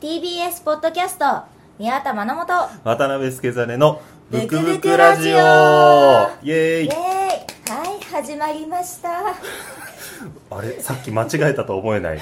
TBS ポッドキャスト宮田真本渡辺助真のブクブクラジオイエーイエーイイはい始まりましたあれさっき間違えたとは思えない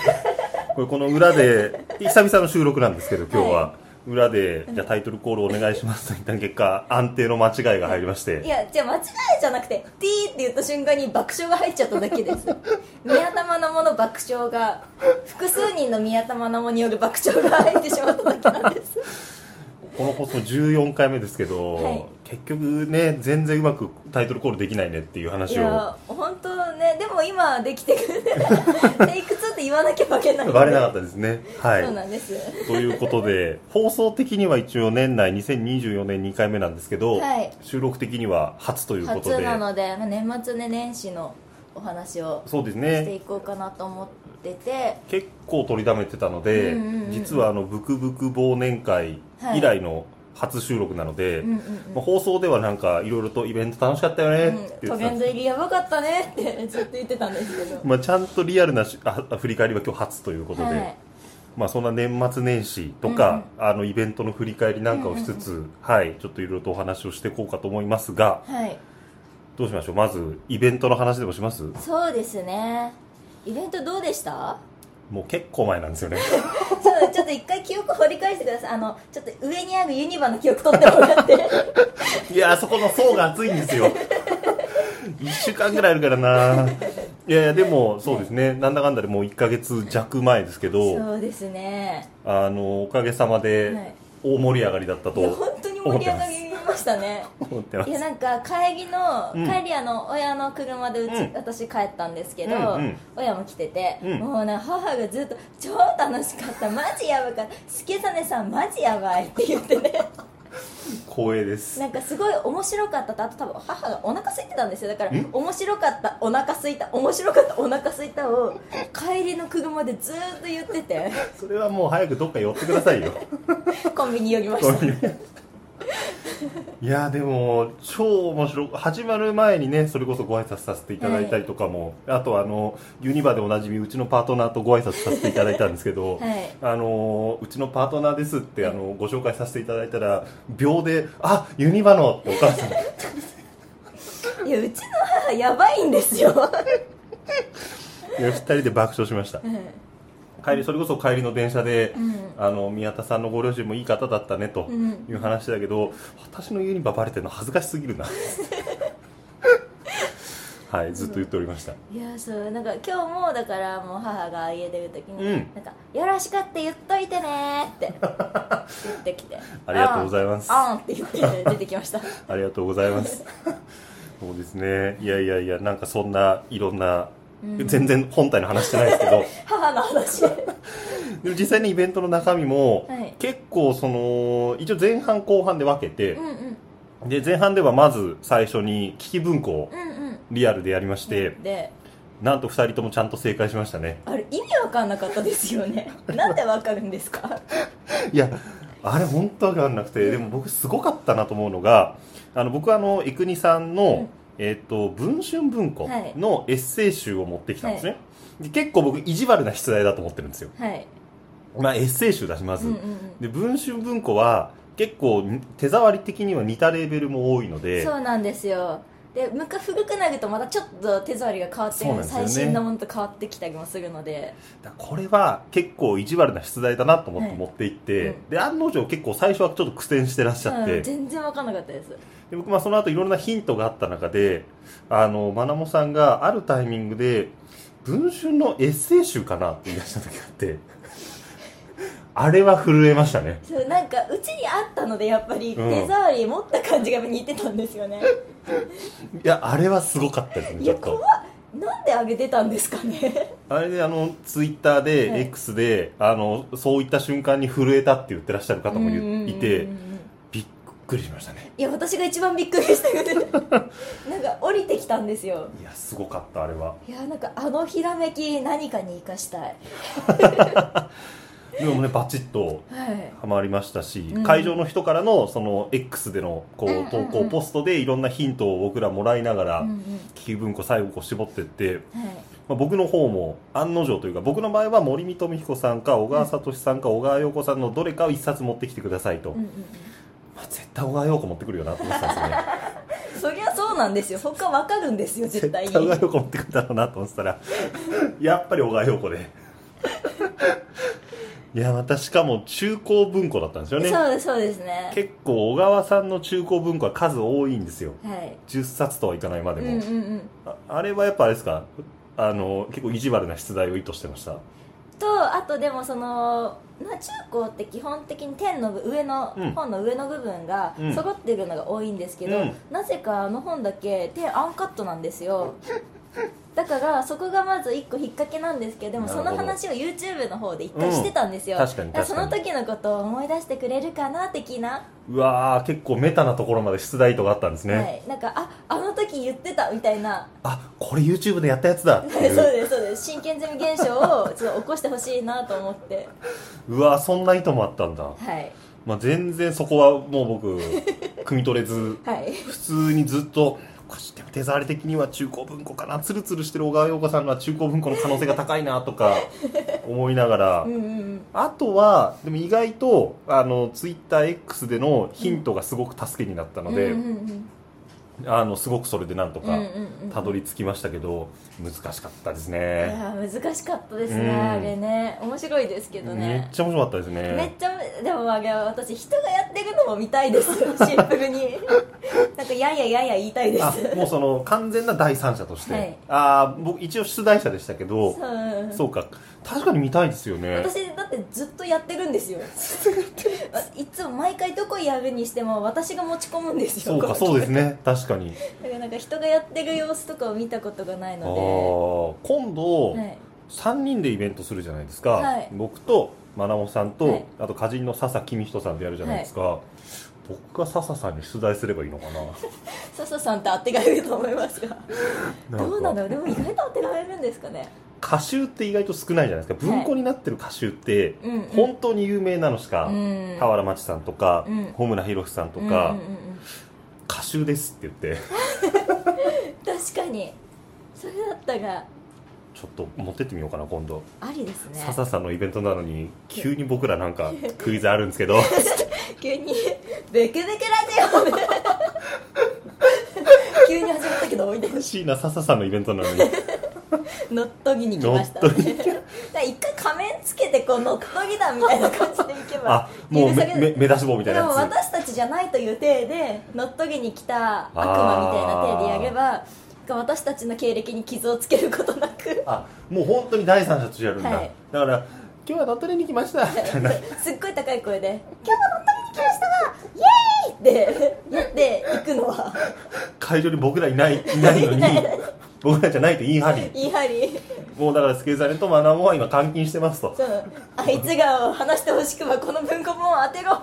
これこの裏で久々の収録なんですけど今日はは裏で、じゃあタイトルコールお願いしますと言った結果安定の間違いが入りましいてやじゃあ間違いじゃなくて「ティー」って言った瞬間に爆笑が入っちゃっただけです 宮田真の爆笑が複数人の宮田真のによる爆笑が入ってしまっただけなんですこの放送14回目ですけど、はい結局ね全然うまくタイトルコールできないねっていうい話をや本当ねでも今できて くれてテイク2って言わなきゃ負けないバレなかったですねはいそうなんですということで放送的には一応年内2024年2回目なんですけど、はい収録的には初ということ初でなので、まあ、年末ね年始のお話をそうでしすてねいこうかなと思ってて結構取りだめてたので、うんうんうん実はあのブクブク忘年会以来の初収録なので、うんうんまあ放送ではなんかいろいろとイベント楽しかったよねうっんて言トってレたんンですド入りやばかったねって ずっと言ってたんですけどまあ、ちゃんとリアルなしああ振り返りは今日初ということで、はいまあ、そんな年末年始とか、あのイベントの振り返りなんかをしつつ、はい、ちょっといろいろとお話をしていこうかと思いますが、はいどうしましょうまずイベントの話でもしますそうですねイベントどうでしたもう結構前なんですよねちょちょっと一回記憶掘り返してくださいあのちょっと上にあるユニバの記憶取ってもらっていやーそこの層が厚いんですよ 1週間ぐらいあるからないやいやでもそうですねなんだかんだでもう1ヶ月弱前ですけどそうですねあのおかげさまはでい大盛り上がりだったいやと本当に盛り上がりましたね思ってまいすやなんか帰りの、うん帰りあの親の車でうち、うん私帰ったんですけど、うんうん親も来てて、うんもうな母がずっと「超楽しかったマジやばかった助真さんマジやばい」って言ってね光栄ですなんかすごい面白かったとあと多分母がお腹空いてたんですよだから「ん面白かったお腹空いた面白かったお腹空いた」を帰りの車でずっと言って てそれはもう早くどっか寄ってくださいよコンビニ寄りましたいやーでも超面白い始まる前にねそれこそご挨拶させていただいたりとかも、あとあのユニバでおなじみうちのパートナーとご挨拶させていただいたんですけはど、いあのーうちのパートナーですってあのご紹介させていただいたら秒で「あユニバの!」ってお母さんいやうちの母やばいんですよ、 2人で爆笑しましたうん帰りそれこそ帰りの電車で、うんあの宮田さんのご両親もいい方だったねとうんいう話だけど、私のユニババレてるの恥ずかしすぎる なはいずっと言っておりました、いやそうなんか今日もだからもう母が家出る時に「うんなんかよろしくって言っといてね」って言ってきて「 ありがとうございますあん」あんって言って出てきましたありがとうございます そうですねいやいやいやなんかそんないろんな、全然本体の話してないですけ ど母の話ででも実際にイベントの中身も、はい結構その一応前半後半で分けてうん、うんで前半ではまず最初に聞き文庫をうんうんリアルでやりまして、でなんと2人ともちゃんと正解しましたねあれ意味わかんなかったですよ ねなんでわかるんですかいやあれ本当は分かんなくてでも僕すごかったなと思うのがあの僕はあの生国さんの、うんえっと文春文庫のエッセイ集を持ってきたんですね、で結構僕意地悪な出題だと思ってるんですよ、はいまあ、エッセイ集だしまうず、んうんうんで文春文庫は結構手触り的には似たレベルも多いのでそうなんですよで昔古くなるとまたちょっと手触りが変わってそうなんですよね最新のものと変わってきたりもするのでだからこれは結構意地悪な出題だなと思ってはい持って行って、うんで案の定結構最初はちょっと苦戦してらっしゃっうてん、全然わかんなかったですで僕まあその後いろんなヒントがあった中であのまなもさんがあるタイミングで「文春のエッセイ集かな?」って言い出した時があってあれは震えましたねそうなんかうちにあったのでやっぱりうん手触り持った感じが似てたんですよね、いやあれはすごかったですねいちやょっ怖っとなんであげてたんですかねあれであのツイッターで、はい X であのそういった瞬間に震えたって言ってらっしゃる方もいうんうんうんうんいてびっくりしましたねいや私が一番びっくりしたけどなんか降りてきたんですよいやすごかったあれはいやなんかあのひらめき何かに生かしたいでもねバチッとはいハマりましたし、うん会場の人からのその X でのこうんうんううん投稿ポストでいろんなヒントを僕らもらいながらうんうん聞き文庫最後こう絞ってってはいまあ、僕の方も案の定というか僕の場合は森見富彦さんか小川聡さんか小川陽子さんのどれかを一冊持ってきてくださいうと、んうんうんまあ、絶対小川陽子持ってくるよなと思ってたん ですねそりゃそうなんですよ他わかるんですよ絶 絶対対に小川陽子持ってくるだろうなと思ってたら やっぱり小川陽子で いやまたしかも中高文庫だったんですよねそうですそうですね結構小川さんの中高文庫は数多いんですよはい10冊とはいかないまでうんも、うんうんああれはやっぱあれですかあの結構意地悪な出題を意図してましたとあとでもそのまあ中高って基本的に天の上の、うん本の上の部分がうん揃ってるのが多いんですけど、うんなぜかあの本だけ天アンカットなんですよだからそこがまず一個引っ掛けなんですけどでもなるそほのど話を YouTube の方で一回してたんですよ、うん確かにだら確かにその時のことを思い出してくれるかな的な、うわー結構メタなところまで出題意図があったんですね、はい、なんかああの時言ってたみたいなあこれ YouTube でやったやつだっ てそういうですそうです真剣ゼミ現象をちょっと起こしてほしいなと思ってうわーそんな意図もあったんだ、はいまあ、全然そこはもう僕 汲み取れずはい普通にずっとこっちでも手触り的には中高文庫かなツルツルしてる小川陽子さんのは中高文庫の可能性が高いなとか思いな がら、うんうんうんあとはでも意外とあの TwitterX でのヒントがすごく助けになったので、うんうんうんあのすごくそれでなんとかうんうんうんたどり着きましたけど難しかったですいねやー難しかったですうんねあれね面白いですけどめねっちゃ面白かったですめっねちゃでもあれは私人がやってるのも見たいです シンプルになんかやんややんや言いたいですあもうその完全な第三者として、はいああ僕一応出題者でしたけどそううんそうか確かに見たいですよね私だってずっとやってるんですよいつも毎回どこやるにしても私が持ち込むんですそようかこのそうですね確かにだからなんか人がやってる様子とかを見たことがないああのー今度、ではい3人でイベントするじゃないですか、はい僕とまなもさんと、はいあと歌人の笹公人さんでやるじゃないですか、僕が笹さんに出題すればいいのかな笹さんって当てがれると思いますがんか どうなんだろうでも意外と当てられるんですかね歌集って意外と少ないじゃないですか文庫になってる歌集って、うんうん本当に有名なのしか、うん俵万智さんとか、うん穂村弘さんとか、うんうんうんうん歌集ですって言って 確かにそれだったがちょっと持ってってみようかな今度、ありですね笹さんのイベントな のに急に僕らなんかクイズあるんですけど 急に「ベクベクラジオ」急に始まったけどみたいなおかしいな笹さんのイベントな のに乗っ取りに来ました乗っ取 ねだから一回仮面つけてこう乗っ取りだみたいな感じでいけばあもう許さめれるめ目出し棒みたいでなやもつ私たちじゃないという体で乗っ取りに来た悪魔みたいな体でやれば私たちの経歴に傷をつけることなくあもう本当に第三者としてやるんだ、はいだから今日は鳥取に来ましたみたいなすっごい高い声で「今日は乗っ取りに来ましたわイエーイ!」ってやっていくのは会場に僕らいないいないのに 僕らじゃないと言い張りやはりもうだからスケザレとマナモは今監禁してますとそうあいつが話してほしくばこの文庫本を当てろ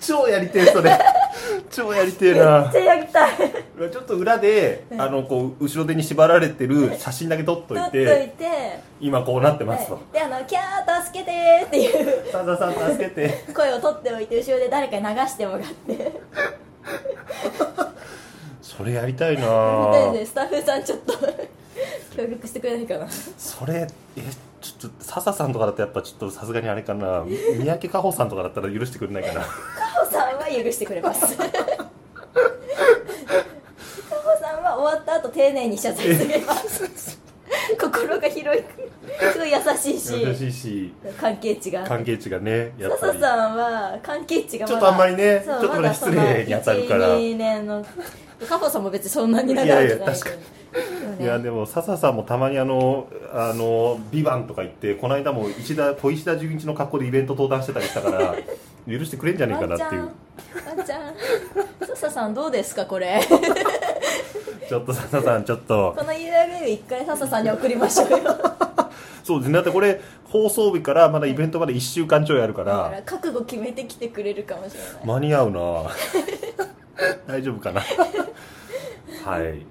超やりてえ それ超やりてえめっなちゃやりたいちょっと裏で、はいあのこう後ろ手に縛られてる写真だけ撮っと取いっといて、て今こうなってますとはい、であの「キャー助けて」っていうサザさん助けて声を取っておいて後ろで誰かに流してもらってそれやりたいなででスタッフさんちょっと 協力してくれないかなそれえちょっと笹さんとかだとやっぱちょっとさすがにあれかなみ三宅佳穂さんとかだったら許してくれないかなカホさんは許してくれますカホさんは終わった後丁寧に謝罪してくれます 心が広いすごい優しいし優しいし関係値が関係値がねやっぱ笹りさんは関係値がまだちょっとあんまりねそうちょっとこれ失礼に当たるかまらだその1 2年のカホさんも別にそんなに長いいやいや確かにいやでも笹さんもたまにあの「あのビバンとか言ってこの間も石田小石田純一の格好でイベント登壇してたりしたから 許してくれんじゃねえワかなンっちゃていんうワンちゃん笹さんどうですかこれちょっと笹さんちょっとこの URL 一回笹さんに送りましょうよだかそうですねだってこれ放送日からまだイベントまで1週間ちょいあるからら覚悟決めてきてくれるかもしれない間に合う な大丈夫かなはい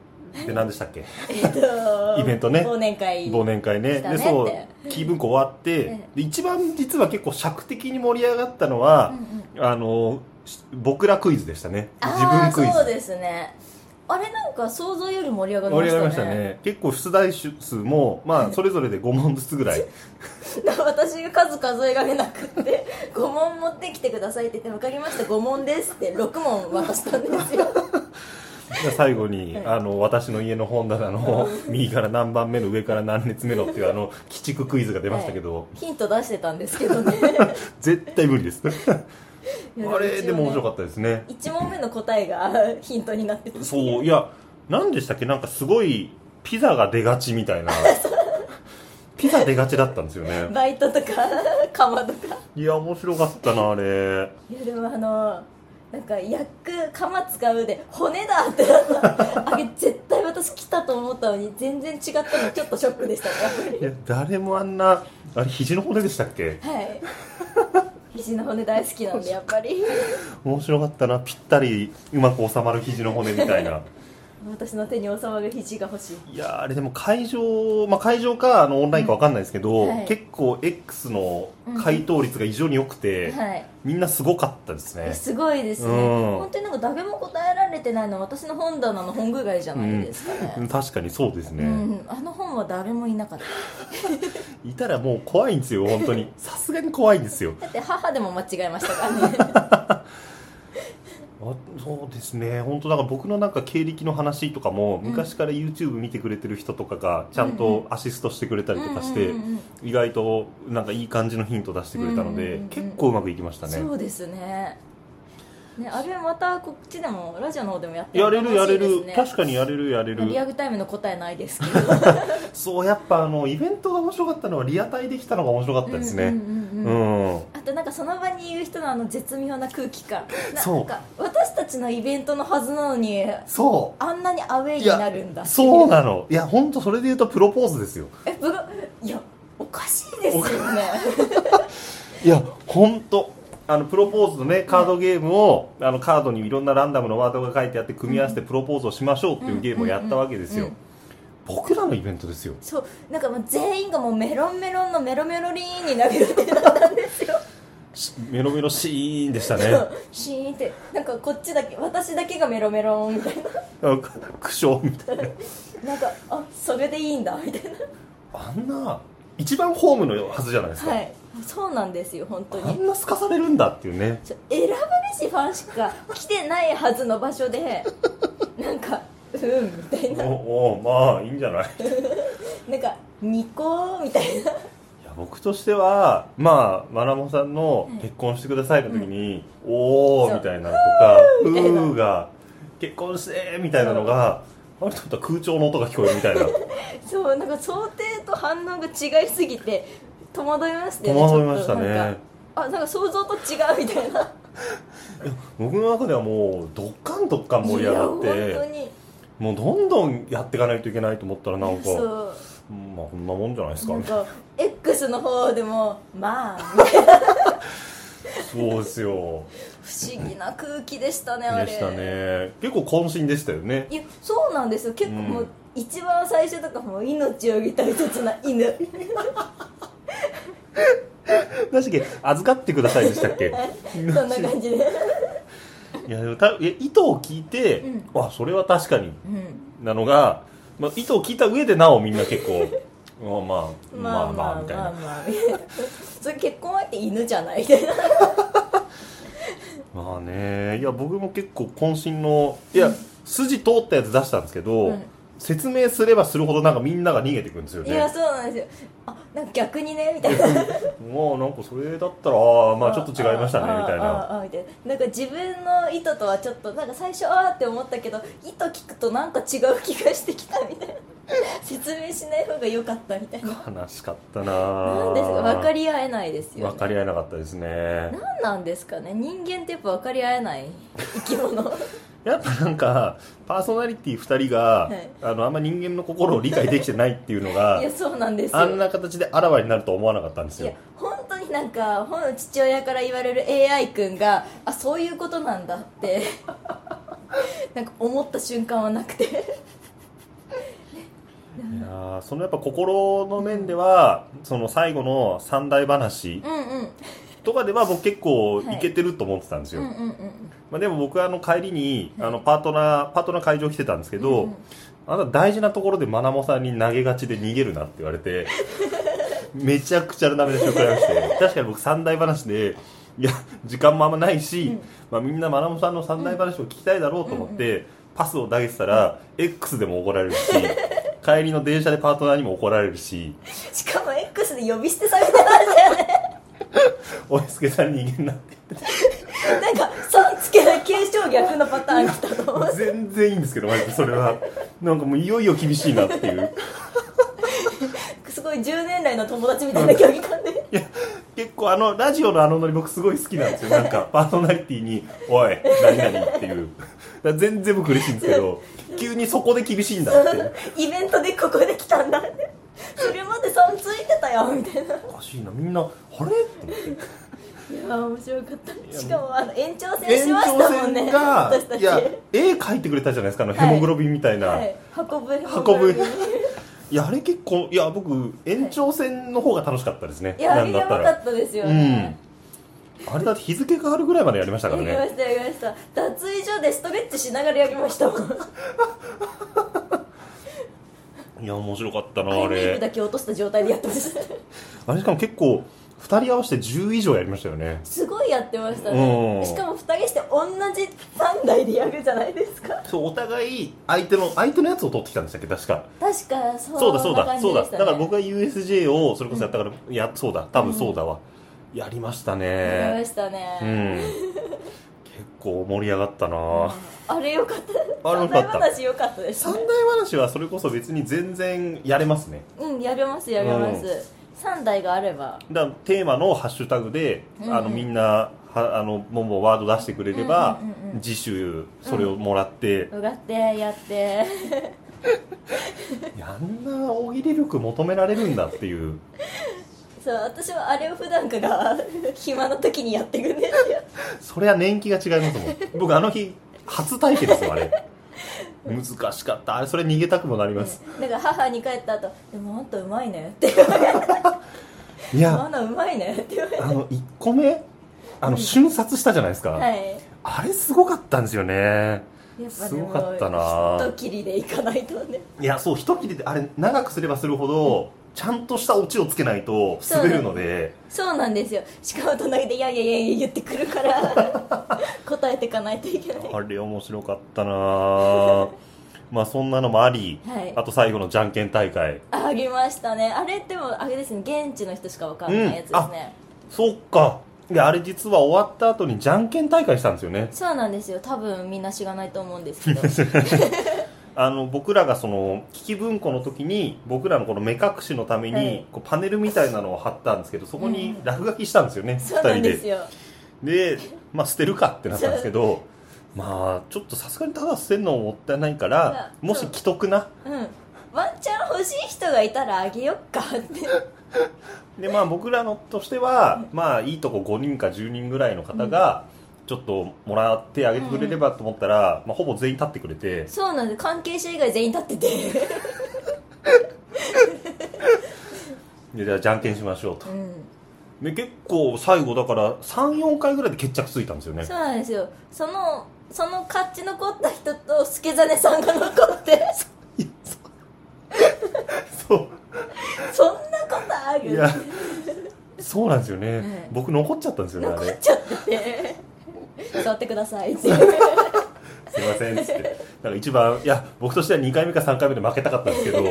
で何でしたっけえっとイベントね忘年会忘年会ねしたでねそってうキー文庫終わって、えで一番実は結構尺的に盛り上がったのは、あのし僕らクイズでしたねあ自分あクイそうズですねあれなんか想像より盛り上がり盛まりし上がりたましたねね結構出題数もまあそれぞれで5問ずつ ぐらい 私が数数えられなくって5問 持ってきてくださいって言って「分かりました5問です」って6問渡したんです よ最後にあの私の家の本棚の右から何番目の上から何列目のっていうあの鬼畜クイズが出ましたけどヒント出してたんですけどね絶対無理です あれでも面白かっかったですねた1問目の答えがヒントになっててそういや何でしたっけなんかすごいピザが出がちみた いなピザ出がちだったんですよねバイトとか釜とかいや面白かったなあれいやでもあのなんか焼く釜使うで骨だってなったあれ絶対私来たと思ったのに全然違ったのちょっとショックでしたねやっぱりいや誰もあんなあれ肘の骨でしたっけはい肘の骨大好きなんでやっぱり面白かったなぴったりうまく収まる肘の骨みた いな私の手に収まる肘が欲しいいやーあれでも会場、まあ、会場かあのオンラインか分かんないですけど、うんはい結構 X の回答率が異常に良くて、はいみんなすごかったですねすごいですね、うん本当になんか誰も答えられてないのは私の本棚の本ぐらいじゃないですかね、うん確かにそうですうね、んあの本は誰もいなかったいたらもう怖いんですよ本当にさすがに怖いんですよだって母でも間違えましたから ねあそうですね本当だから僕のなんか経歴の話とかもうん昔から YouTube 見てくれてる人とかがちゃんとアシストしてくれたりとかして、うんうんうんうん意外となんかいい感じのヒント出してくれたので、うんうんうんうん結構うまくいきましたねそうですねねあれまたこっちでもラジオの方でもやってやれるやれる、確かかにやれるやれリアるルタイムの答えないですけど そうやっぱあのイベントが面白かったのはリアタイできたのが面白かったですうんねうんううんん、うんあとなんかその場にいる人のあの絶妙な空気感なそうなんか私たちのイベントのはずなのにそあんなにアウェイういになるんだやそうなのいや本当それで言うとプロポーズですよえブロいやおかしいですよねいや本当あのプロポーズのねカードゲームを、あのカードにいろんなランダムのワードが書いてあって組み合わせてプロポーズをしましょうっていうゲームをやったわけですよ、うんうん僕らのイベントですよそうなんかもう全員がもうメロンメロンのメロメロリーンになるってなったんですよしメロメロシーンでしたね そうシーンってなんかこっちだけ私だけがメロメロンみたいなあく苦笑みたいななんかあそれでいいんだみたいあんな一番ホームのはずじゃないですなか、はいそうなんですよ本当あにんなすかされるんだっていう ねちょ選ばれしファンしか来てないはずの場所でなんかうんみたいおなおまあいいんじゃないなんかニコーみたいないや僕としてはまあまなもさんの「結婚してください」の時に「おそー」うみたいなのとか「うみたいなー」が「結婚して」みたいなのがあれと思ったら空調の音が聞こえる みたいなそうなんか想定と反応が違いすぎて戸惑いましたよ戸ね惑いましたちょっとなんねかあなんか想像と違うみたいな僕の中ではもうどっかんどっかん盛り上いやがっ本て当にもうどんどんやっていかないといけないと思ったらなんかそううんまあこんなもんじゃないですかなんか X の方でもまあそうですよ不思議な空気でしたねあれでしたね結構渾身でしたよねいやそうなんですよ結構もう、うん一番最初とかもう命より大切な犬確かに「預かってください」でしたっけそんな感じで、いやでもたいや意図を聞いて、あそれは確かにうん、なのが、まあ、意図を聞いた上でなおみんな 結構うんまあ まあまあみたいな、まあまあみたいなそれ結婚相手犬じゃないみたいなまあねいや僕も結構渾身のいや、筋通ったやつ出したんですけど、うん説明すればするほどなんかみんなが逃げてくんですよいやねそうなんですよあなんか逆にねみたいなもうなんかそれだったらああ まあちょっと違いましたねみたいあなあああみたいななんか自分の意図とはちょっとなんか最初はあーって思ったけど意図聞くとなんか違う気がしてきたみたいな説明しない方が良かったみたいな悲しかったななん何ですか分かり合えないですよ、ね、分かり合えなかったですね何なんですかね人間ってやっぱ分かり合えない生き物はやっぱなんかパーソナリティ2人が、はいあのあんま人間の心を理解できてないっていうのがいやそうなんですあんよな形であらわになると思わなかったんですいやよ本当になんか本父親から言われる AI 君があそういうことなんだって なんか思った瞬間はなくていやーそのやっぱ心の面ではその最後の三大話うんうんとかでは僕結構はいいけてると思ってたんですうよ、んうんうんまあ、でも僕はあの帰りにはいあのパートナーパートナー会場来てたんですけど、うんうんあなた大事なところでマナモさんに投げがちで逃げるなって言われて めちゃくちゃダメな紹介をして確かに僕三大話でいや時間もあんまないし、うんまあ、みんなマナモさんの三大話を聞きたいだろうと思って、パスを投げてたら、X でも怒られる し帰りの電車でパートナーにも怒られるししかも X で呼び捨てされてましたよねおいすけさんに逃げんなってなんか「さん」つけない継承逆のパターン来たと思う全然いいんですけどマジでそれはなんかもういよいよ厳しいなっていうすごい10年来の友達みたいな距離感でいや結構あのラジオのあのノリ僕すごい好きなん ですよなんかパーソナリティに「おい何々」っていうだから全然僕嬉しいんです けど急にそこで厳しいんだってイベントでここで来たんだってそれまで「さん」ついてたよみたいないおかしいなみんな「あれ?」って思ってやー面白かったしかもあの延長戦しましたもんねが私たいちや絵描いてくれたじゃないですかあのヘモグロビンみたいな、、はいい、運ぶ運ぶやあれ結構いや僕延長戦の方が楽しかったですね、いやあなれんだやったばからったですようんね、あれだって日付変わるぐらいまでやりましたやからりねましたやりました脱衣所でストレッチしながらやりましたもんいや面白かったなアあイメイクれだけ落とした状態でやってましたあれしかも結構2人合わせて10以上やりましたよねすごいやってましたうねんしかも2人して同じ3台でやるじゃないですかそうお互い相手の相手のやつを取ってきたんでしたっけ確か確かそそうだそそううなだ感じそうでだしたねだから僕が USJ をそれこそやったから、いやそうだ多分そうだわ、やりましたやりまねしたうね、ん結構盛り上がったな、あれよかったあれよかっ三た大話よかったです三ね大話はそれこそ別に全然やれますねうんやりますやります、うん三3台があればだからテーマのハッシュタグで、うんあのみんなはあのもうもうワード出してくれれば、うんうんうんうん次週それをもらって、うがってやっていやあんな大喜利力求められるんだっていうそう私はあれを普段から暇な時にやっていくんですよそれは年季が違います もん僕あの日初体験ですよあれ難しかったあれそれ逃げたくもなりますだから母に帰った後でもあんたうまいね」って言われてい「マやナうまいね」って言われてあの1個目あの瞬殺したじゃないですか、はいあれすごかったんですよねやっぱすでごもかったな一切りでいかないとねいやそう一切りであれ長くすればするほどちゃんとしたオチをつけないと滑るのでそうなんですよしかも隣で「いやいやいやいや」言ってくるから 答えていかないといけないあれ面白かったな まあそんなのもあり、はいあと最後のじゃんけん大会あありましたねあれでもあれですね現地の人しかわかんないやつですね、そっかであれ実は終わった後にじゃんけん大会したんですよねそうなんですよ多分みんな知らないと思うんです けどあの僕らがその危機文庫の時に僕らのこの目隠しのために、はいこうパネルみたいなのを貼ったんですけどそこにうん落書きしたんですよね、二そうなん人ですでよで、まあ、捨てるかってなったんですけどまあちょっとさすがにただ捨てるのももったいないからうんもし既得なうんワンチャン欲しい人がいたらあげよっかって で、まあ、僕らのとしては、まあいいとこ5人か10人ぐらいの方が、ちょっともらってあげてくれればと思ったら、まあ、ほぼ全員立ってくれてそうなんです関係者以外全員立っててでじゃあじゃんけんしましょうとうんで結構最後だから34回ぐらいで決着ついたんですよねそうなんですよそのその勝ち残った人と助真さんが残ってそうそんなことあるいやそうなんですよね、はい僕残っちゃったんですよねあ残っれちゃ ってて座ってくださいってすいませんっつってなんか一番いや僕としては2回目か3回目で負けたかったんですけど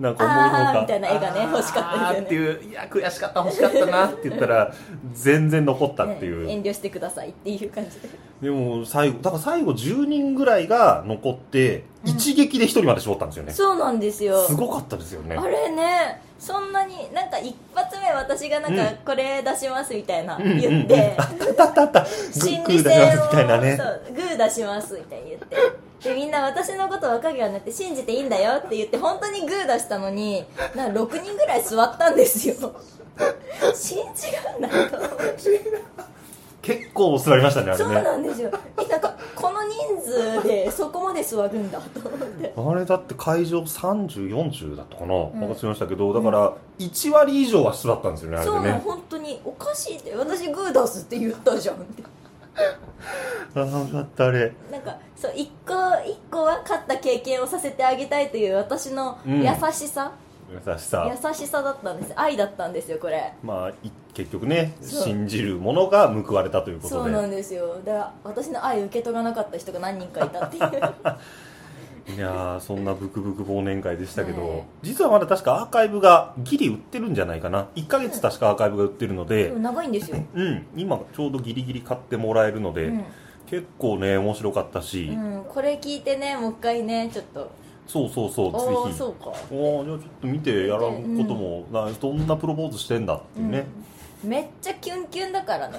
なんか思いのほあーかみたいな絵がね欲しかったですよねあーっていういや悔しかった欲しかったなって言っ たら全然残ったっていう、遠慮してくださいっていう感じででも最後だから最後10人ぐらいが残ってうん一撃で1人まで絞ったんですよね、そうなんですよすごかったですよねあれねそんなになんか一発目私がなんかうんこれ出しますみたいなうんうん言っうんてあったあったあったグ心ーグ理ー出しま戦をすみたいなねそうグー出しますみたいに言ってでみんな私のこと分かるようになって信じていいんだよって言って本当にグー出したのになんか6人ぐらい座ったんですよ信じらんないと思って結構座りましたねあれそうねなんですよえなんかここの人数でそこまで座るんだと思ってあれだって会場3040だったかな、んなんかすみましたけどだから1割以上は人だったんですよねあれでそうなのね本当におかしいって私グー出すって言ったじゃんってああよかったあれなんかそう一個一個は勝った経験をさせてあげたいという私のうん優しさ、優しさ優しさだったんです愛だったんですよこれまあい結局ねそう信じるものが報われたというこそとうなんでですよだから私の愛を受け取らなかった人が何人かいたっていういやーそんなブクブク忘年会でしたけど、ね実実はまだ確かアーカイブがギリ売ってるんじゃないかな1ヶ月確かアーカイブが売ってるのででも、長いんですよ、うん、今ちょうどギリギリ買ってもらえるので、うん結構ね面白かったし、うん、これ聞いてねもう一回ねちょっとそうそうそおうおぜひそうかおーじゃあちょっと見てやらんことも、などんなプロポーズしてんだっていうね、めっちゃキュンキュンだからね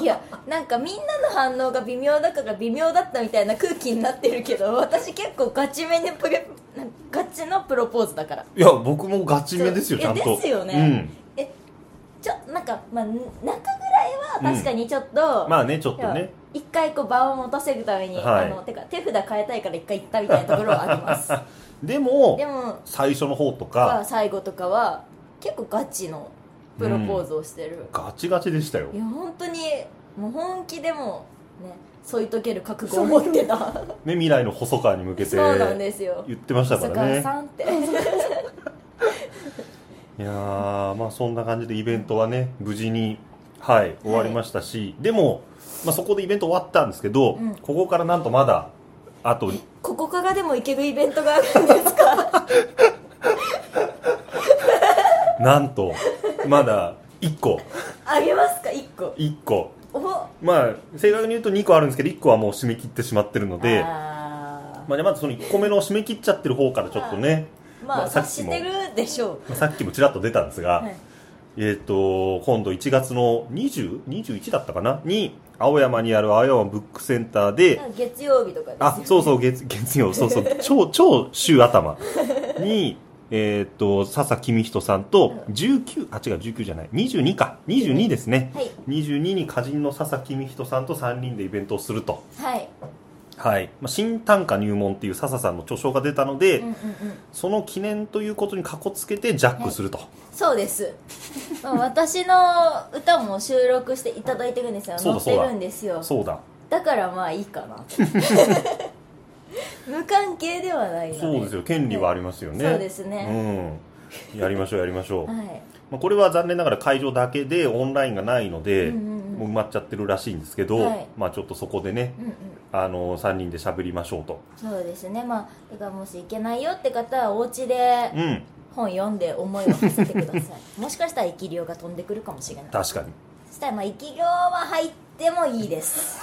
いやなんかみんなの反応が微妙だから微妙だったみたいな空気になってるけど私結構ガチめでプレなんかガチのプロポーズだからいや僕もガチめですよいちゃやんとですよね、えちょなんかまあ中ぐらいは確かにちょっと、うん、まあねちょっといやね一回こう場を持たせるために、はいあのてか手札変えたいから一回行ったみたいなところはあります でもでも最初の方とまあか最後とかは結構ガチのプロポーズをしてる、ガチガチでしたよいや本当にもう本気でもね添い遂げる覚悟を持ってたね未来の細川に向けてそうなんですよ言ってましたか細ら川ねさんっていやーまあそんな感じでイベントはね無事にはい終わりましたし、でも、まあ、そこでイベント終わったんですけど、うんここからなんとまだあとここからでも行けるイベントがあるんですかなんとまだ1個あげますか1個1個おまあ正確に言うと2個あるんですけど1個はもう締め切ってしまってるのであーまあ、じゃあまずその1個目の締め切っちゃってる方からちょっとね、まあ察さっきしもてるでしょまあさっきもちらっと出たんですう、が、はいえっ、と今度1月の 20?21 だったかなに青山にある青山ブックセンターで、なんか月曜日とかですあそうそう月月 曜そうそう超超週頭にえーっと笹公人さんと19あ違う19じゃない22か22ですね、はい22に歌人の笹公人さんと3人でイベントをすると、はいはいまあ、新短歌入門っていう笹さんの著書が出たので、うんうんうんその記念ということにかこつけてジャックすると、そうですまあ私の歌も収録していただいてるんですよそ載うだっそうてだるんですよそうだだからまあいいかな と無関係ではないのでそうですよ権利はありますよね、そうですねうんやりましょうやりましょう、はいまあ、これは残念ながら会場だけでオンラインがないので、うんうんうんもう埋まっちゃってるらしいんですけど、はいまあ、ちょっとそこでねうんうんあの3人で喋りましょうと、そうですねまあだからもし行けないよって方はお家でうん、本読んで思いを馳せてくださ いもしかしたら生き量が飛んでくるかもしれない確かにそしたらまあ生き量は入ってもいいです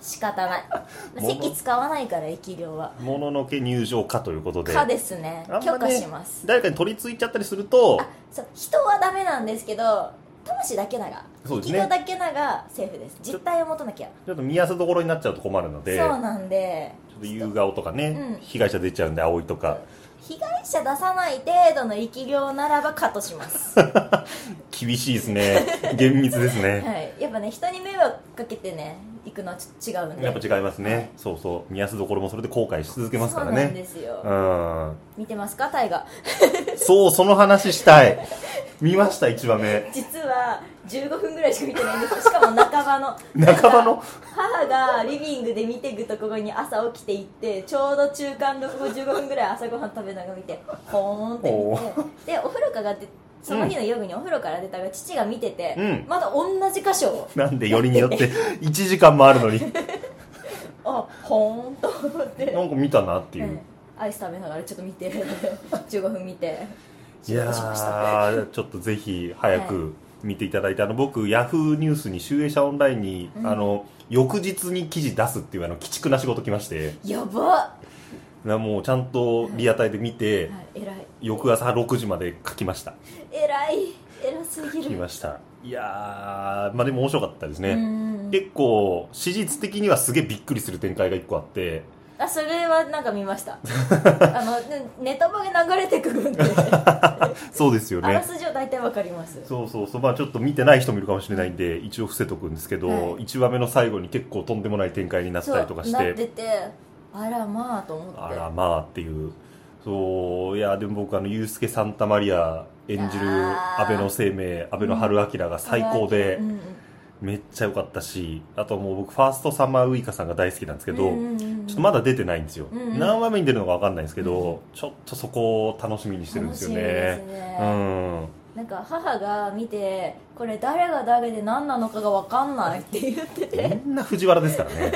仕方ない、まあ もの席使わないから生き量はもののけ入場かということでかですねあんまね許可します誰かに取り付いちゃったりするとあそう人はダメなんですけど魂だけならそうです生きね量だけならセーフです実態を持たなきゃちょっと見合わせどころになっちゃうと困るのそうでなんでちょっと夕顔とかね、うん被害者出ちゃうんで葵とか被害者出さない程度の生き量ならばカットします 厳しいですね 厳密ですねはい、やっぱね人に迷惑かけてね行くのはちょっと違うんでやっぱ違いますねそうそう見合わせどころもそれで後悔し続けますからそうなんでねすよ、うん見てますかタイガそうその話したい見ました1話目実は15分ぐらいしか見てないんですよしかも半ばの 半ばの母がリビングで見てくところに朝起きて行ってちょうど中間6分15分ぐらい朝ごはん食べながら見てほーんってお見てでお風呂から出てその日の夜にお風呂から出たが父が見てて、うんまだ同じ箇所をなんでよりによって1時間もあるのにあほーんと思って、なんか見たなっていう、うんアイス食べながらちょっと見て15分見ていやーちょっとぜひ早く見ていただいて、あの僕ヤフーニュースに「集英社オンラインに」あの翌日に記事出すっていうあの鬼畜な仕事来ましてやばなもうちゃんとリアタイで見て、っ、はい、偉い翌朝6時まで書きました偉い偉すぎ書きるましたいやーまあでも面白かったですうね、ん結構史実的にはすげえびっくりする展開が1個あってあそれはなんか見ました あのねネタバレ流れてくるんでそうですよあらねすじは大体わかりますそうそうそうまあちょっと見てない人もいるかもしれないんで一応伏せとくんですけど、はい1話目の最後に結構とんでもない展開になったりとかしなてっててあらまあと思ってあらまあっていうそういやでも僕あのユースケ・サンタマリア演じるあー安倍の生命安倍の春明が最高で、うんうんめっちゃ良かったしあともう僕ファーストサマーウイカさんが大好きなんですけうど、んうんうんうんちょっとまだ出てないんですよ、うんうん何話目に出るのか分かんないんですけど、ちょっとそこを楽しみにしてるんですよね楽しみですねうんなんか母が見てこれ誰が誰で何なのかが分かんないって言っててみんな藤原ですからね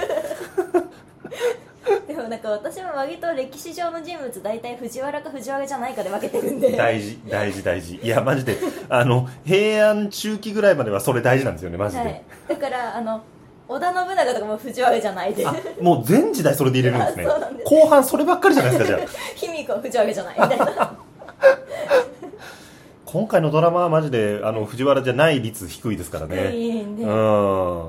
でもなんか私も割と歴史上の人物大体藤原か藤原じゃないかで分けてるんで大事大事大事いやマジであの平安中期ぐらいまではそれ大事なんですよねマジで、はい、だからあの織田信長とかも藤原じゃないであもう全時代それで入れるんですね あそうなんです後半そればっかりじゃないですかじゃあ卑弥呼は藤原じゃないみたいな今回のドラマはマジであの藤原じゃない率低いですから ね、いいんで、ううんん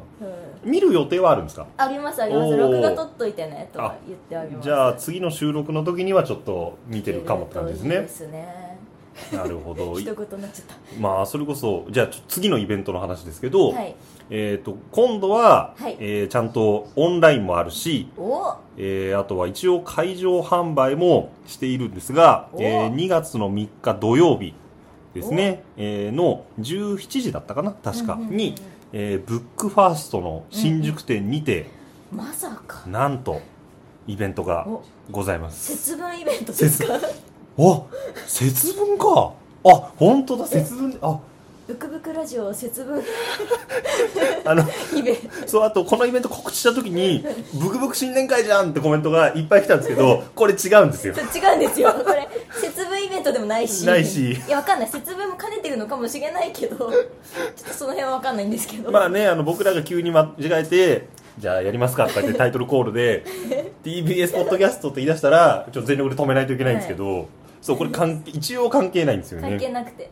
見る予定はあるんですかありますありまおすー録画撮っといてねとか言ってありますじゃあ次の収録の時にはちょっと見てるかもって感じですいいでねすねなるほど一言 になっちゃっまあそれこそじゃあちょ次のイベントの話ですけど、たはいえー、と今度は、はいえーちゃんとオンラインもあるし、おえーあとは一応会場販売もしているんですが、おえー2月の3日土曜日ですね、えーの17時だったかな確か、うんうんうんに、えーブックファーストの新宿店にて、まさかなんとイベントがおございます節分イベントですかあ節分かあ本当だ節分あブクブクラジオ節分あのイベントそうあとこのイベント告知した時に「ブクブク新年会じゃん!」ってコメントがいっぱい来たんですけどこれ違うんですよ違うんですよこれ節分イベントでもないしないしいやわかんない節分も兼ねてるのかもしれないけどちょっとその辺はわかんないんですけどまあねあの僕らが急に間違えて「じゃあやりますか」とか言ってタイトルコールで「TBS ポッドキャスト」って言い出したらちょっと全力で止めないといけないんですけど、そうこれ関係一応関係ないんですよ関係ねなくて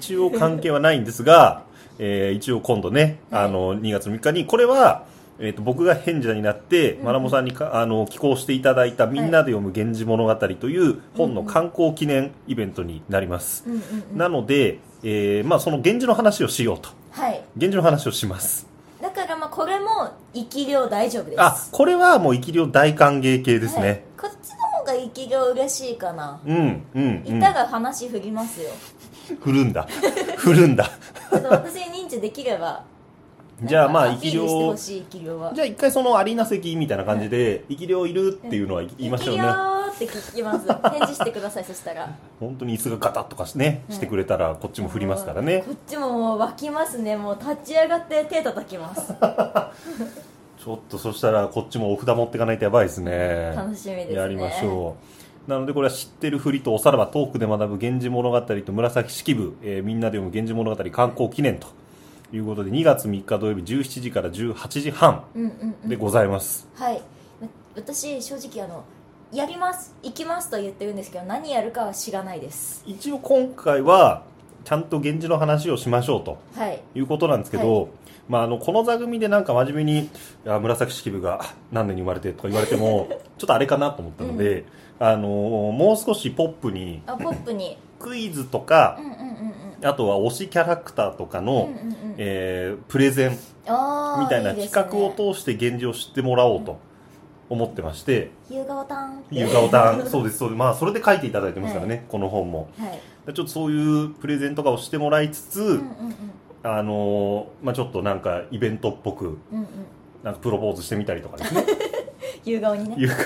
一応関係はないんですが、えー一応今度ねあの2月3日にこれはえー、と僕が賢者になって、んまなもさんにかあの寄稿していただいた「みんなで読む源氏物語」という本の観光記念イベントになります、うんうんうんなので、えーまあ、その源氏の話をしようとはい源氏の話をしますだからまあこれも生き量大丈夫ですあこれはもう生き量大歓迎系ですね、はい、こっちの方が生き量嬉しいかなうんうん、うん、板が話振りますよ、振るんだ振る んだちょっと私に認知できればじゃあまあなん生かきアピールして量ほしい生き量はじゃあ一回そのアリーナ席みたいな感じで生き量いるっていうのは言いましょうね生き量って聞きます返事してくださいそ したら本当に椅子がガタッとかしねしてくれたらこっちも振りますからねこっちももう湧きますねもう立ち上がって手叩きますちょっとそしたらこっちもお札持ってかないとやばいですね楽しみですねやりましょうなのでこれは知ってるふりとおさらばトークで学ぶ「源氏物語」と「紫式部、えーみんなで読む源氏物語観光記念」ということで2月3日土曜日17時から18時半うんうんうんでございます、はいわ私正直あのやります行きますと言ってるんですけど何やるかは知らないです一応今回はちゃんと源氏の話をしましょうとはいいうことなんですけど、まあ、あのこの座組でなんか真面目にいや紫式部が何年に生まれてとか言われ てもちょっとあれかなと思ったので、あのもう少しポップにあポップにクイズとうかんうんうんうんあとは推しキャラクターとかうの、んうんうんえープレゼンあーみたいないで企すね画を通して現状を知ってもらおうと思ってまして夕顔タン「ゆかおた ん」そうですそうです、まあ、それで書いていただいてますからね、この本もはいでちょっとそういうプレゼンとかをしてもらいつつ、うんうんうんあのーまあ、ちょっとなんかイベントっぽくうんうんなんかプロポーズしてみたりとかですね 夕顔にねいうか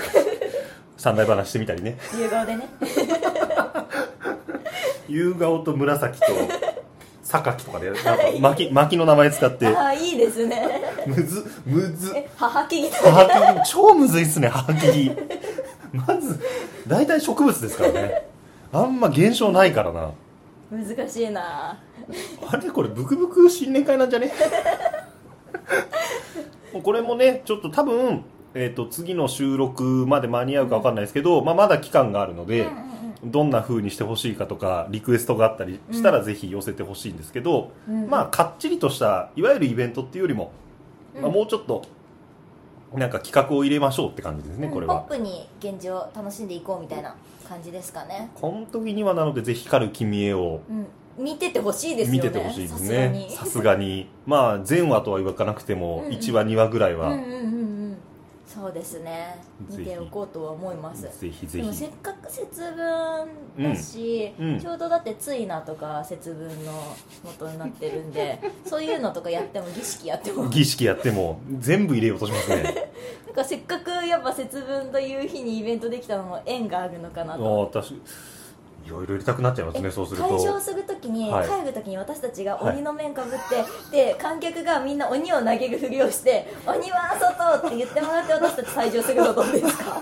三大話してみたりね夕顔でね夕顔と紫と榊と かでなんか巻き巻きの名前使ってああいいですね むずむずえ母木ギター母木超むずいっすね母木まず大体植物ですからねあんま現象ないからな難しいなあれこれブクブク新年会なんじゃね もうこれもねちょっと多分、えー、と次の収録まで間に合うか分かんないですけど、まあ、まだ期間があるので、うんうんどんな風にしてほしいかとかリクエストがあったりしたらぜひ寄せてほしいんですけど、うんまあかっちりとしたいわゆるイベントっていうよりも、うんまあ、もうちょっとなんか企画を入れましょうって感じですね、これポはッ。プに現状を楽しんでいこうみたいな感じですかねこの時にはなので、ぜひ光る君へをうん見ててほしいですよね見ててほしいですね。ささすすがに。まあ、全話とは言わなくてう、もんうん1話、2話ぐらいがはに、うんうんうんうんそうですねぜひ見ておこうとは思いますぜひぜでもせひっ。かく節分だし、うんうんちょうどだってついなとか節分の元になってるんでそういうのとかやっても儀式やっても儀式やっても、全部入れようとしま すね。なんかせっかくやっぱ節分という日にイベントできたのも縁があるのかあなあ、と私、いろいろ入れたくなっちゃいますね、そうする退場と。するときに、はい帰るときに私たちがはい鬼の面かぶって、で観客がみんな鬼を投げるふりをして「鬼は外!」って言ってもらって私たち退場するのどう ですか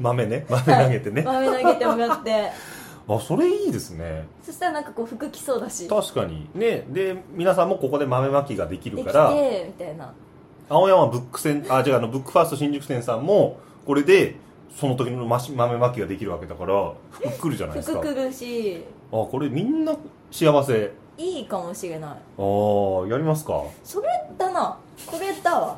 豆ね、豆投げてね。豆投げてもらってあ、それいいですね。そしたらなんかこう服着そうだしで確かに。ね、で、皆さんもここで豆まきができるきから、てみたいな青山ブックセンあ違うあのブックファースト新宿店さんもこれでその時のまし豆まきができるわけだから服来るじゃないですか服あくるしこれみんな幸せいいかもしれないああやりますかそれだなこれだわ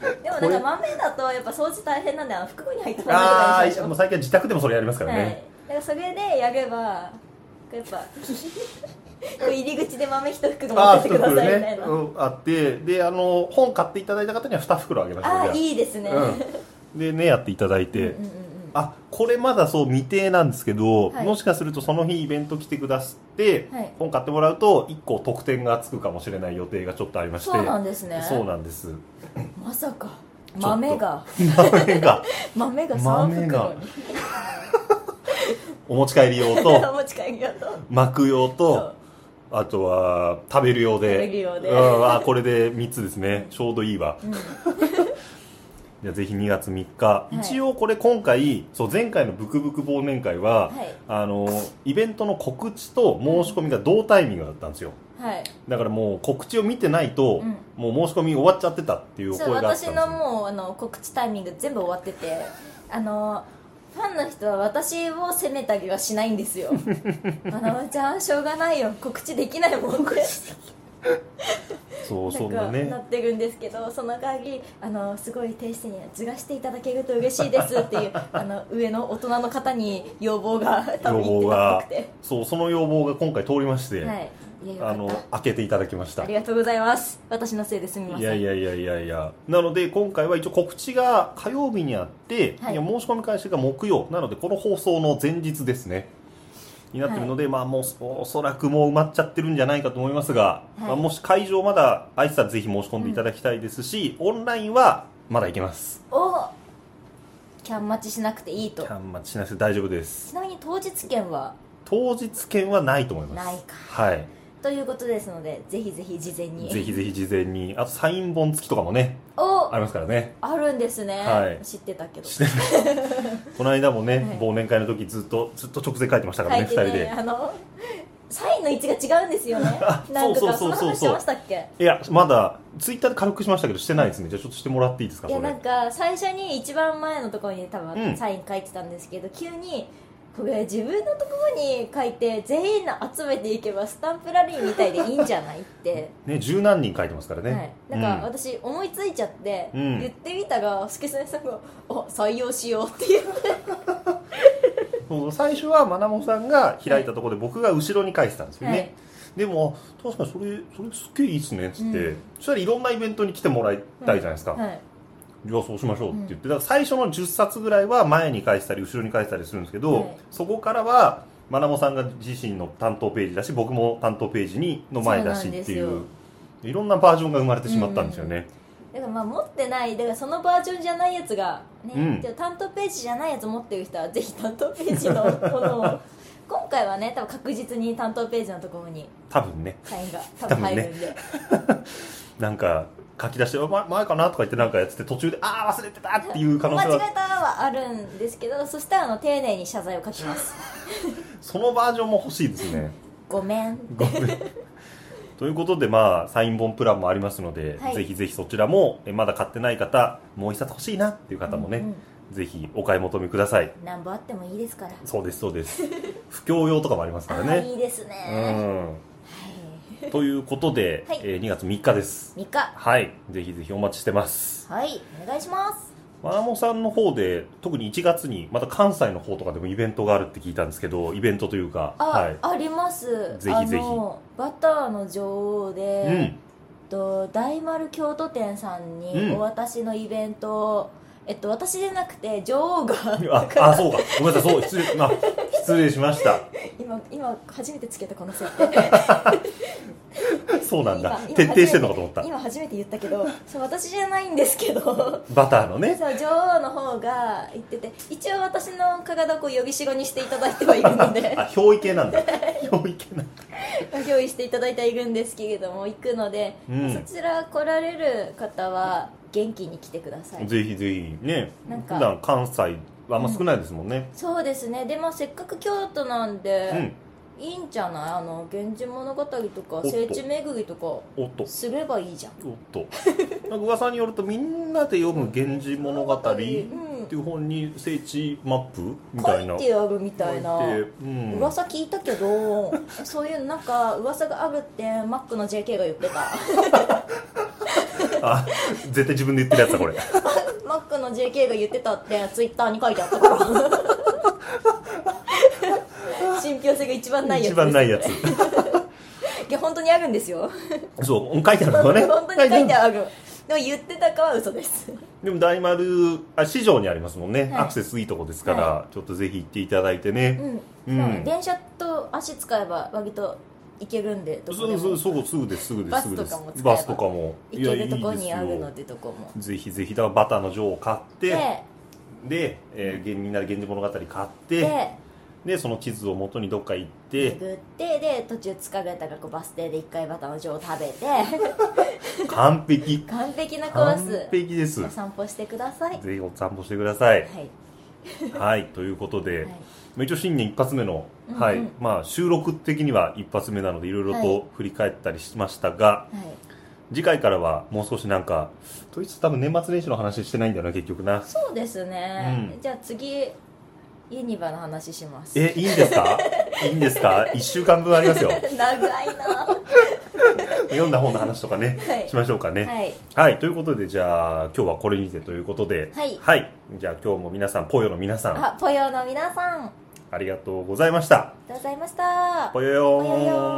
でもなこれんか豆だとやっぱ掃除大変なんであの服に入ってもらあわあないとーダもメう最近は自宅でもそれやりますからはいね、だからそれでやればやっぱ こう入り口で豆一袋あ持あって一てくだ袋さいみたいね、な、うん、あってであの本買っていただいた方には2袋あげましょうああじゃいいですね、あうん、でねやっていただいて、うんうんうんあこれまだそう未定なんですけど、はいもしかするとその日イベント来てくださって、はい本買ってもらうと1個特典がつくかもしれない予定がちょっとありましてそうなんですねそうなんですまさかょっと豆が豆が豆が3豆袋がにお持ち帰り用 おと持ち帰りだと巻く用そうとあとは食べる用で食べる用でうんあこれで3つですねちょうどいいわ じゃあぜひ2月3日、い一応これ今回そう前回のブクブク忘年会はは、いあのイベントの告知と申し込みが同タイミングだったんですよはいだからもう告知を見てないと、うんもう申し込み終わっちゃってたっていうおそう声があったんです私のよもうあの告知タイミング全部終わっててあのファンの人は私を責めたりはしないんです よまなおちゃんしょうがないよ告知できないもんでそうそんななんかなねってるんですけどその代わりあのすごい低姿勢にずらしていただけると嬉しいですって いうあの上の大人の方に要望が多要分言っ望てたっがぽくてそうその要望が今回通りまして、はいいやよかあっの開けていただきましたたありがとうございます私のせいですみませんいやいやいやいやいやなので今回は一応告知が火曜日にあって、はいいや申し込み開始が木曜なのでこの放送の前日ですねになってるので、まあもうおそらくもう埋まっちゃってるんじゃないかと思いますが、はいまあ、もし会場まだ挨拶ぜひ申し込んでいただきたいですし、オンラインはまだいけますおキャン待ちしなくていいとキャン待ちしなくて大丈夫ですちなみに当日券は当日券はないと思いますないかはいということですのでぜひぜひ事前にぜひぜひ事前にあとサイン本付きとかもねおありますからねあるんですね、はい知ってたけどして この間もね、はい忘年会の時ずっとずっと直前書いてましたからね、書いてね二人であのサインの位置が違うんですよ ねなんとそうかそそうのそうそ話してうましたっけいやまだツイッターで軽くしましたけどしてないですねじゃあちょっとしてもらっていいですかいやそなれんか最初に一番前のところに多う分んサイン書いてたんですけど、急にこれ自分のところに書いて全員の集めていけばスタンプラリーみたいでいいんじゃないってね十何人書いてます からね、はい、なんか私思いついちゃってうん言ってみたが、すけすねさんが「あ採用しよう」って言ってうんそう最初はまなもさんが開いたところで僕が後ろに書いてたんですよね、はいでも確かにそれそれすっげえいいっすねっつって、うんそしたらいろんなイベントに来てもらいたいじゃないですか、はい、じゃあそうしましょうって言って、だから最初の10冊ぐらいは前に返したり後ろに返したりするんですけど、はいそこからはまなもさんが自身の担当ページだし僕も担当ページにの前だしっていそうなんうでいろんなバージョンが生まれてしまったんですよね、だからまあ持ってないだからそのバージョンじゃないやつが、ねうんでも担当ページじゃないやつ持ってる人はぜひ担当ページのものを今回はね多分確実に担当ページのところに多分ねサインが多分入るんで、なんか書き出して、ま、前かなとか言ってなんかやってて途中でああ忘れてたっていう可能間性違えはたはあるんですけどそしたらあの丁寧に謝罪を書きますそのバージョンも欲しいですねごめんごめんということで、まあ、サイン本プランもありますので、はいぜひぜひそちらもえまだ買ってない方もう一冊欲しいなっていう方もね、うんぜひお買い求めくださいなんぼあってもいいですからそうですそうです 不況用とかもありますからあーいねいですね、うんということで、はいえー2月3日ですはい、3日はいぜひぜひお待ちしてますはいお願いしますマナモさんの方で特に1月にまた関西の方とかでもイベントがあるって聞いたんですけどイベントというかあ、はいありますぜひぜひあのバターの女王で、うんえっと大丸京都店さんにうんお渡しのイベントを、えっと、私じゃなくて女王が ああそうかごめんなさいそう失礼あ失礼しました今今初めてつけたこの設定そうなんだ今今徹底してんのかと思った今初めて言ったけどそう私じゃないんですけどバターのねそう女王の方が言ってて一応私の体をこう呼びしろにしていただいてはいるのであ憑依系なんだ 憑依系なんだ用意していただいてはいるんですけれども行くので、うんそちら来られる方は元気に来てくださいぜひぜひねなんか普段関西あんま少ないですもんねそうですねでもせっかく京都なんうで、ん、いいんじゃないあの「源氏物語」とっか「と聖地巡り」とかおっとすればいいじゃんおっと なんか噂によるとみんなで読む「源氏物語」っていううん本に聖地マップみたい書ないてあるみたいな書いてうん、噂聞いたけどそういうなんか噂があるってマックの JK が言ってたあ絶対自分で言ってるやつだこ れマックの JK が言ってたってツイッターに書いてあったから 信憑性が一番ないやつです一番ないやついや本当にあるんですよそう書いてあるのね本当に書いてあるでも言ってたかは嘘ですでも大丸あ市場にありますもんね、はいアクセスいいとこですから、はちょっとぜひ行っていただいてね、うん、うんそう電車と足使えば割と行けるんでどこそでうそうもそうすぐですすぐでバすスすぐですとかも使えばバスとかも行けるとこいにやあいいでるすよのでどこもぜひぜひだからバターの女王を買ってでで、えーげみんなで「源氏物語」買ってででその地図を元にどっか行って巡ってで途中疲れたからこうバス停で一回バターの女王食べて 完璧完璧なコ完ース璧ですお散歩してくださいぜひお散歩してくださいはい、はいということで、はいまあ一応新年一発目の、うんうんはいまあ、収録的には一発目なのでいろいろはいと振り返ったりしましたが、はい、次回からはもう少しなんかといつつ多分年末年始の話してないんだよな結局なそうですね、うんじゃあ次ユニバの話しますえいいんですかいいんですか1週間分あります よ長いなは読んだ本の話とかね、はいしましょうかねはい、いということでじゃあ今日はこれにてということではいじゃあ今日も皆さんポヨの皆さんああポヨの皆さんりがとうございましたありがとうございましたぽよよーんぽよよ